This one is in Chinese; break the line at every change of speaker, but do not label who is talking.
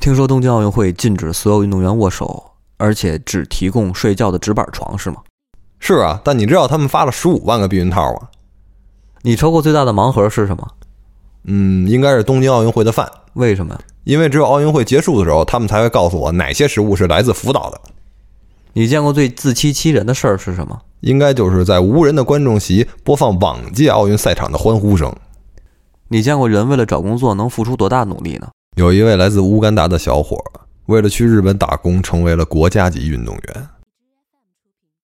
听说东京奥运会禁止所有运动员握手，而且只提供睡觉的直板床，是吗？
是啊，但你知道他们发了十五万个避孕套啊吗？
你抽过最大的盲盒是什么？
嗯，应该是东京奥运会的饭，
为什么呀？
因为只有奥运会结束的时候，他们才会告诉我哪些食物是来自福岛的。
你见过最自欺欺人的事儿是什么？
应该就是在无人的观众席播放往届奥运赛场的欢呼声。
你见过人为了找工作能付出多大努力呢？
有一位来自乌干达的小伙，为了去日本打工，成为了国家级运动员。